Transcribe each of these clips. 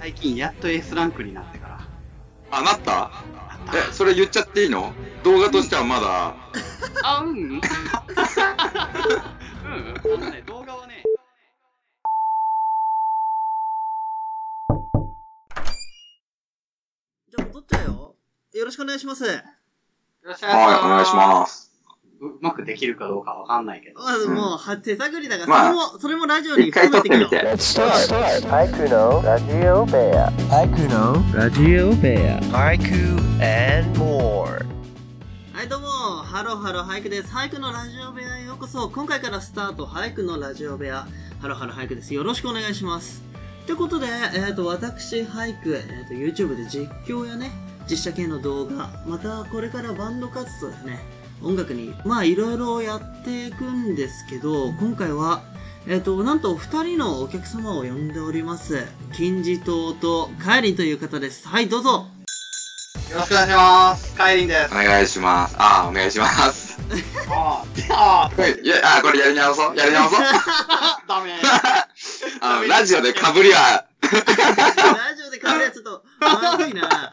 最近やっと S ランクになってから。あ、なったあえ、それ言っちゃっていいの動画としてはまだ。あ、うん。うん。あのね、動画はね。じゃあ戻っちゃうよ。よろしくお願いします。よろしくおはい、お願いします。す。うまくできるかどうかわかんないけど。まずうんもう、は手探りだから、まあそれも、それもラジオに一回撮ってみよて。 Let's start. Haikuno Radio Bear. Haikuno Radio Bear. Haiku and more. う。はい、どうも、ハローハロー俳句です。俳句のラジオ部屋へようこそ。今回からスタート、俳句のラジオ部屋。ハローハロー俳句です。よろしくお願いします。ということで、えっ、と、私、俳句、えっ、と、YouTube で実況やね、実写系の動画、またこれからバンド活動やね、音楽に、まあ、いろいろやっていくんですけど、今回は、えっ、と、なんと、二人のお客様を呼んでおります。金字塔とカエリンという方です。はい、どうぞ。よろしくお願いします。カイリンですお。願いします。あ、お願いします。あーあはいいや、あ、これやり直そう。やり直そう。ー、ダメ。あの、ラジオで被りは、ラジオで変わるやつちょっとまずいな。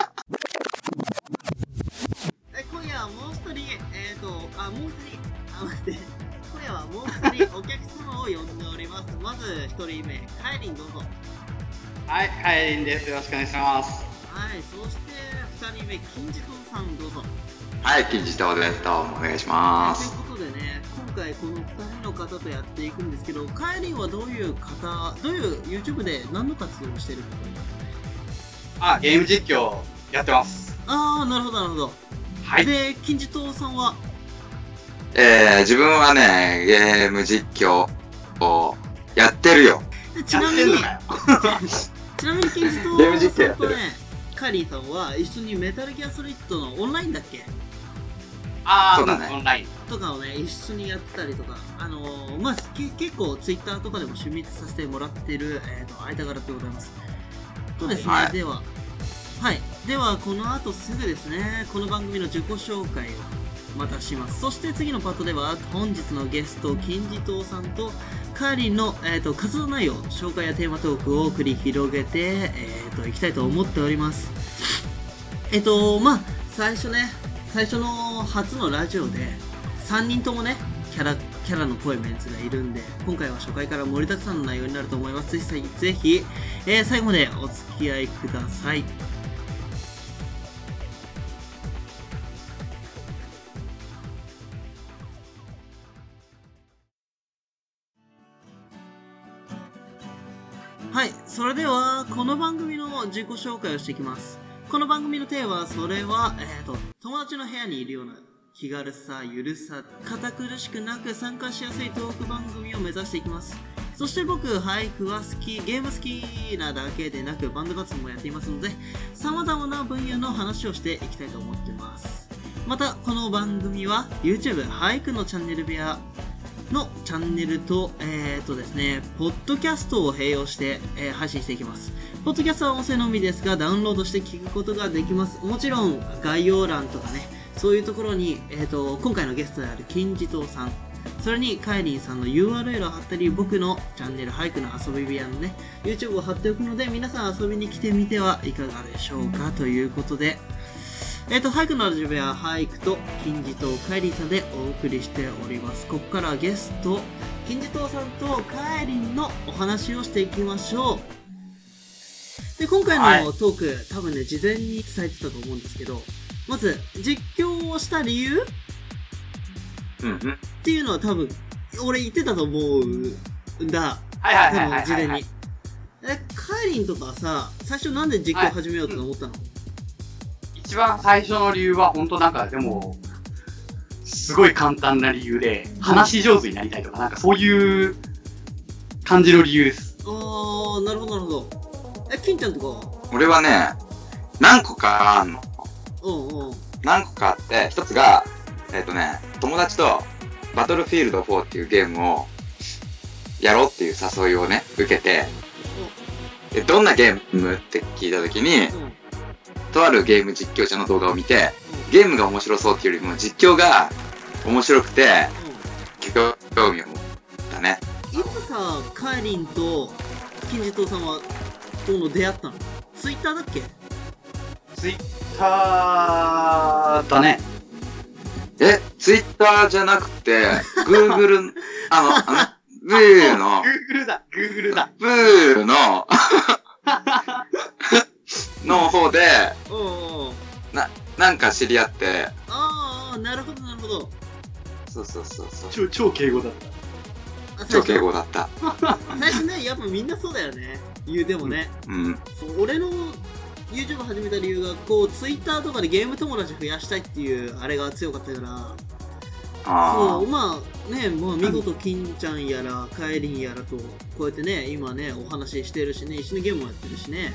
え今夜はもう一人、えっ、と、あ、もう一人、あ、待って。今夜はもう一人お客様を呼んでおります。まず一人目、カエリンどうぞ。はい、カイリンです。よろしくお願いします。はい、そして二人目、金次郎さんどうぞ。はい、金字塔です。どうもお願いしまといす。うことでね、今回この二人の方とやっていくんですけど、カエリンはどういう方、どういう YouTube で何の活動をしてる方にあ、ゲーム実況やってます。あー、なるほど、なるほど。はい。で、金次郎さんはえー、自分はね、ゲーム実況をやってるよ。でちやなっみてんのにか、よ。 ちなみに金字塔ゲーム実況やさっんてとるねカーリーさんは一緒にメタルギアソリッドのオンラインだっけあそうだねー、オンライン。とかをね一緒にやってたりとかあのーまあけ結構ツイッターとかでも趣味させてもらってる、えー、と間柄でございますとですね、はいでははいではこの後すぐですねこの番組の自己紹介をまたしますそして次のパートでは本日のゲスト金字塔さんとカーリンの、えー、と活動内容紹介やテーマトークを繰り広げて、えー、といきたいと思っておりますえっ、とまあ最初ね最初の初のラジオで3人ともねキャラキャラの濃いメンツがいるんで今回は初回から盛りだくさんの内容になると思いますぜひぜひ、えー最後までお付き合いくださいはいそれではこの番組の自己紹介をしていきますこの番組のテーマはそれは、えー、と友達の部屋にいるような気軽さゆるさ堅苦しくなく参加しやすいトーク番組を目指していきますそして僕俳句は好きゲーム好きなだけでなくバンド活動もやっていますのでさまざまな分野の話をしていきたいと思ってますまたこの番組は YouTube 俳句のチャンネル部屋のチャンネルと、えー、とですね、ポッドキャストを併用して、えー配信していきます。ポッドキャストは音声のみですが、ダウンロードして聞くことができます。もちろん、概要欄とかね、そういうところに、えー、と今回のゲストである金字塔さん、それにカイリンさんの URL を貼ったり、僕のチャンネル、俳句の遊び部屋のね、YouTube を貼っておくので、皆さん遊びに来てみてはいかがでしょうかということで、えっ、と、俳句のラジオ部屋、俳句と金字塔、カイリンさんでお送りしております。ここからはゲスト、金字塔さんとカイリンのお話をしていきましょう。で、今は回のいトーク、多分ね、事前に伝えてたと思うんですけど、まず、実況をした理由うんうん。っていうのは多分俺言ってたと思うんだはい多はいはいはい分事はい前はにい。えカイリンとかさ最初なんで実況始めようとか思ったの、一番最初の理由は、本当なんか、でも、すごい簡単な理由で、話し上手になりたいとか、なんかそういう感じの理由です。あーなるほどなるほどえ金ちゃんとか俺はね、何個かあんの。うんうんうん何個かあって、一つが、えっ、とね、友達とバトルフィールド4っていうゲームをやろうっていう誘いをね、受けて、でどんなゲームって聞いたときに、とあるゲーム実況者の動画を見て、ゲームが面白そうっていうよりも実況が面白くて、興味を持ったね。いつさカイリンと金字塔さんはどうの出会ったのツイッターだっけツイッターだね。え、ツイッターじゃなくて、グーグル、あの、あの、ブーの、 Google だ、Google だ。ブーの、の方で、おうおうおうなんか知り合って、あーあーなるほどなるほどそうそうそうそう。超、超敬語だっあ最超初敬語だった。最初ねやっぱみんなそうだよね言うでもね、うん。そう俺の YouTube を始めた理由がこう Twitter とかでゲーム友達増やしたいっていうあれが強かったからあそうまあねもう見事金ちゃんやらカエリンやらとこうやってね今ねお話ししてるしね一緒にゲームもやってるしね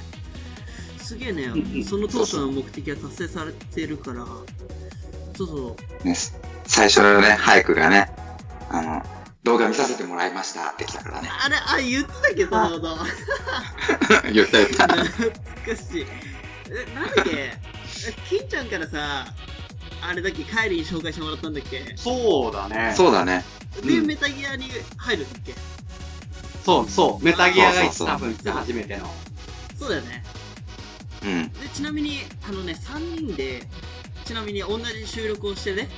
すげえねうんうんその当初の目的は達成されてるからそうそうあ、ね、最初のね、俳句がね、あの、動画見させてもらいましたって来たからね。あれあ言ってたっけどなるほど 言った言った。懐かしいえなんだっけえ金ちゃんからさあれだっけカエリンに紹介してもらったんだっけた。そうだね。 そうだね。で、うんメタギアに入るんだっけそう、そう。メタギアが一そうそうそう多分初めての。そうだよねうん。でちなみにあのね3人でちなみに同じ収録をしてね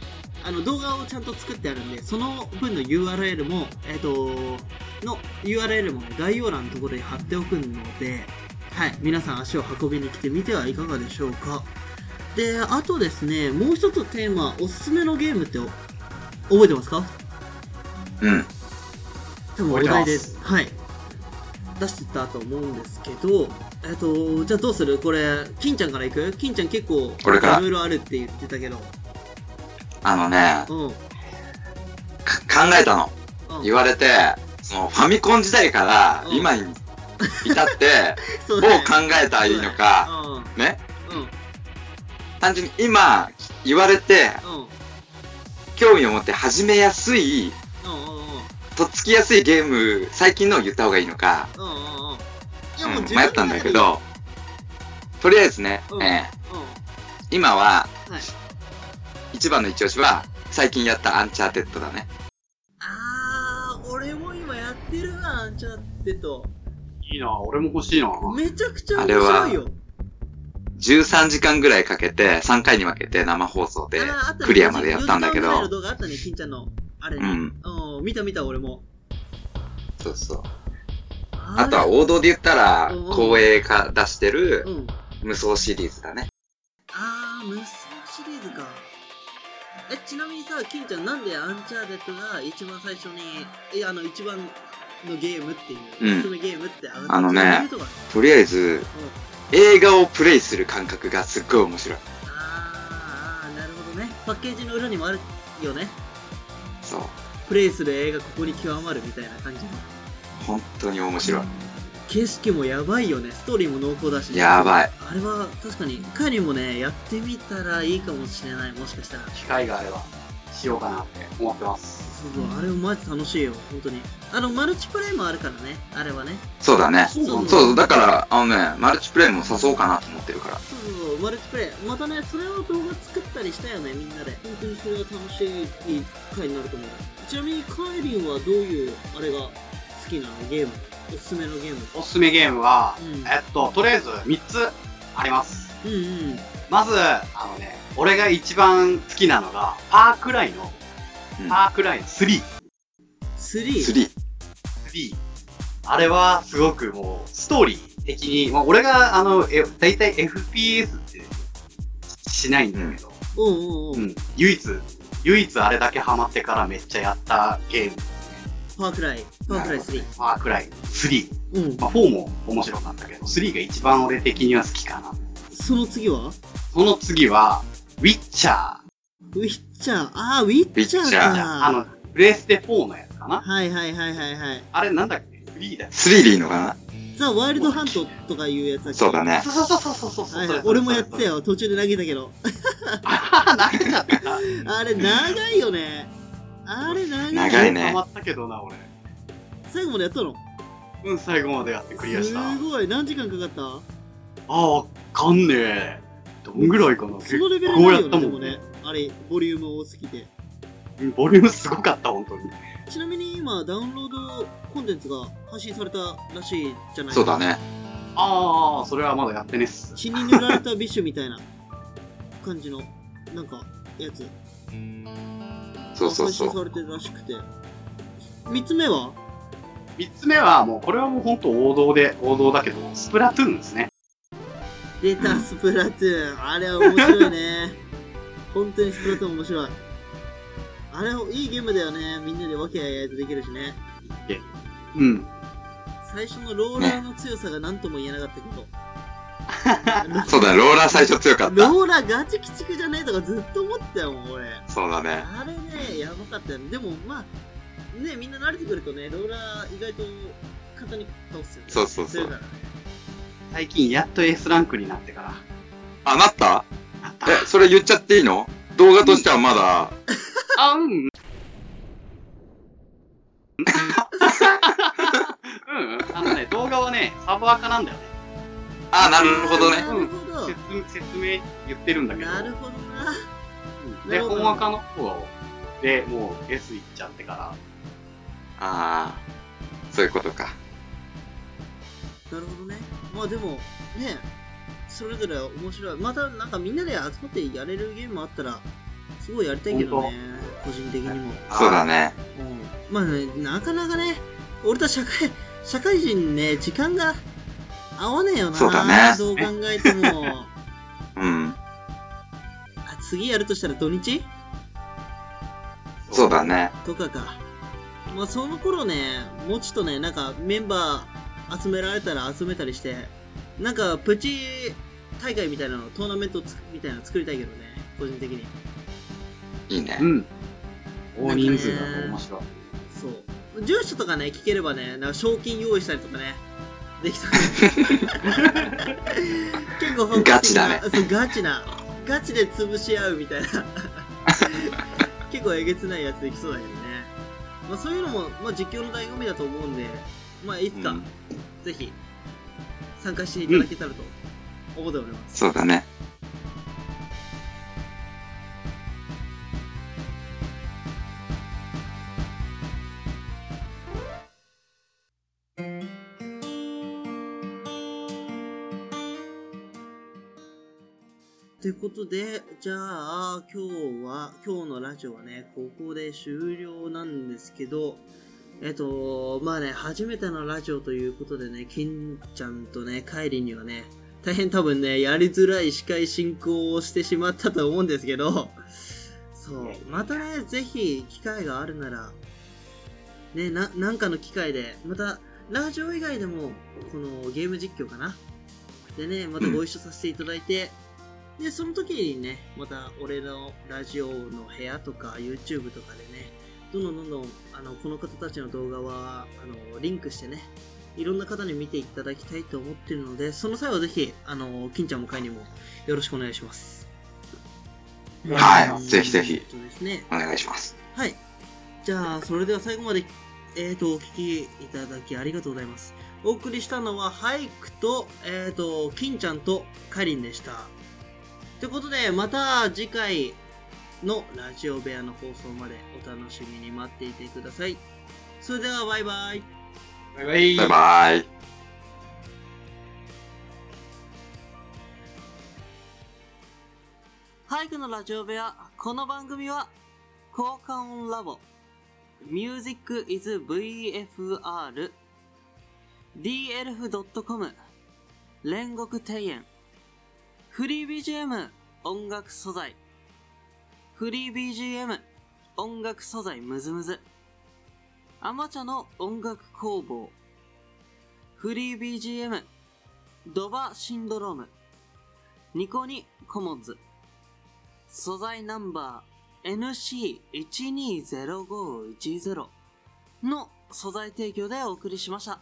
あの動画をちゃんと作ってあるんでその分の URL もえっ、との URL もね概要欄のところに貼っておくのではい皆さん足を運びに来てみてはいかがでしょうかであとですねもう一つテーマおすすめのゲームってお覚えてますかうん。多分お題覚でえてますはい出してたと思うんですけどえっとじゃあどうするこれ金ちゃんからいく金ちゃん結構これからいろいろあるって言ってたけどあのね、うんうんか考えたの。言われて、そのファミコン時代からうん今に至 って、そどうう考だねえたらいいのか、ね。うんうん単純に今言われて、うん興味を持って始めやすい、うんうんうんとっつきやすいゲーム、最近のを言った方がいいのか、うんうんうんいうやんもう自分迷ったんだけど、とりあえずね、うんえうんー今は、はい一番の一押しは、最近やったアンチャーテッドだね。あー俺も今やってるわアンチャーテッドいいな俺も欲しいなめちゃくちゃ面白いよ13時間ぐらいかけて、3回に分けて生放送であーあったねクリアまでやったんだけ四時間ぐらいのど、動画あったね金ちゃんのあれうねん、うん見た見た俺もそうそう。ああとはれ王道で言ったらうん、光栄が出してるうん無双シリーズだね。あー、無双シリーズか。え、ちなみにさ、金ちゃん、なんでアンチャーテッドが一番最初に、え、あの、一番のゲームっていうう、んおすすめゲームってああのねそういうとことりあえず、映画をプレイする感覚がすっごい面白い。あー、あーなるほどね。パッケージの裏にもあるよね。そう。プレイする映画ここに極まるみたいな感じの。本当に面白い。景色もやばいよね。ストーリーも濃厚だし。やばい。あれは確かに、カリもね、やってみたらいいかもしれない。もしかしたら。機会があれば、しようかなって思ってます。そうそう、あれもマジ楽しいよ。本当に。あの、マルチプレイもあるからね。あれはね。そうだね。そうなんだそうそう、だから、あのね、マルチプレイも誘おうかなと思ってるから。そうそうそうマルチプレイまたねそれを動画作ったりしたよねみんなで本当にそれは楽しい回になると思うちなみにカエリンはどういうあれが好きなのゲームおすすめのゲームおすすめゲームは、うんえっと、とりあえず3つあります。うんうんまず、あのね、俺が一番好きなのが、パークライのうん、パークライの3。 3 3。 3あれはすごくもうストーリー的に、まあ、俺があのえ大体 FPS ってしないんだけど、おうおうおう、うん唯一唯一あれだけハマってからめっちゃやったゲームパークライパークライ3パークライ3、うんまあ、4も面白かったけど3が一番俺的には好きかなその次はその次はウィッチャーウィッチャーあーウィッチャーウィッチャーあのかプレステ4のやつかなはいはいはいはいはいあれなんだっけ3だよ3でいいのかザ・ワイルドハントとかいうやつだなっけそうだねそ。うそうそうそうそうそう、はいそれはいそれ俺もや ったよ途中で投げたけどああ投げちゃったあれ長いよねあれ長い長いねハマったけどな俺最後までやったのうん、最後までやってクリアした。あすごい何時間かかったあ、わかんねえ。どんぐらいかなそ結構のレベルだやよったねでももんねね。あれボリューム多すぎてうんボリュームすごかった、本当に。ちなみに今ダウンロードコンテンツが配信されたらしいじゃないそうだね。あああ、それはまだやってねっす。血に塗られたビッシュみたいな感じの、なんか、やつ。そうそうそ配信さう。れてるらしくて。三つ目は三つ目はもう、これはもう本当王道で、王道だけど、スプラトゥーンですね。出たスプラトゥーン。あれは面白いね。 本当にスプラトゥーン面白い。あれ、いいゲームだよね。みんなで分けあいあいとできるしね。うん。最初のローラーの強さが何とも言えなかったけ ど。そうだね、ローラー最初強かった。ローラーガチ鬼畜じゃねえとかずっと思ってたよ、もう俺。そうだね。あれね、やばかったよね。でも、まあ、ね、みんな慣れてくるとね、ローラー意外と簡単に倒すよね。そうそうそう強いからね。最近やっと S ランクになってから。あ、なったなったえ、それ言っちゃっていいの動画としてはまだ、あ、うん。うん。あのね、動画はね、サーバー化なんだよね。あ、なるほどね。なるほど。説説明言ってるんだけど。なるほどな。で、なるほど本垢の方でもう S いっちゃってから。ああ、そういうことか。なるほどね。まあでも、ね、それぞれ面白い。またなんかみんなで集まってやれるゲームもあったら、すごいやりたいけどね、個人的にも。そうだね。うん、まあね、なかなかね、俺と社会、社会人ね、時間が合わねえよな。そうだねどう考えても。 うん。あ次やるとしたら土日そうだ。ね。とかか。まあその頃ね、もうちょっとね、なんかメンバー集められたら集めたりして、なんかプチ大会みたいなの、トーナメントつみたいなの作りたいけどね、個人的に。いいねう。ん。大人数だと面白い。そう。住所とかね、聞ければね、なんか賞金用意したりとかね、で きた。結構本格ガチ的なだねそう、ガチな。ガチで潰し合うみたいな。 結構えげつないやつできそうだけどね。まあそういうのも、まあ実況の醍醐味だと思うんで、まあいつか、うんぜひ、参加していただけたらと思っております。そうだね。ということで、じゃあ、今日は、今日のラジオはね、ここで終了なんですけど、えっと、まあね、初めてのラジオということでね、金ちゃんとね、カイリンにはね、大変多分ね、やりづらい司会進行をしてしまったと思うんですけど、そう、またね、ぜひ、機会があるなら、ね、な、なんかの機会で、また、ラジオ以外でも、このゲーム実況かな。でね、またご一緒させていただいて、で、その時にね、また俺のラジオの部屋とか YouTube とかでね、どんどんどんどん、あの、この方たちの動画は、あの、リンクしてね、いろんな方に見ていただきたいと思ってるので、その際はぜひ、あの、金ちゃんも会にもよろしくお願いします。はいぜひぜひそうですね。お願いします。はい。じゃあ、それでは最後まで、えー、と、お聞きいただきありがとうございます。お送りしたのは、ハイクと、えー、と、金ちゃんとカリンでした。ということで、また次回のラジオ部屋の放送までお楽しみに待っていてください。それでは、バイバイ。バイバイバイバイ。ハイクのラジオ部屋、この番組は、効果音ラボ、Music is VFR、dlf.com、煉獄庭園、フリー BGM 音楽素材、フリー BGM 音楽素材ムズムズ、アマチャの音楽工房、フリー BGM ドバシンドローム、ニコニコモンズ、素材ナンバー NC120510 の素材提供でお送りしました。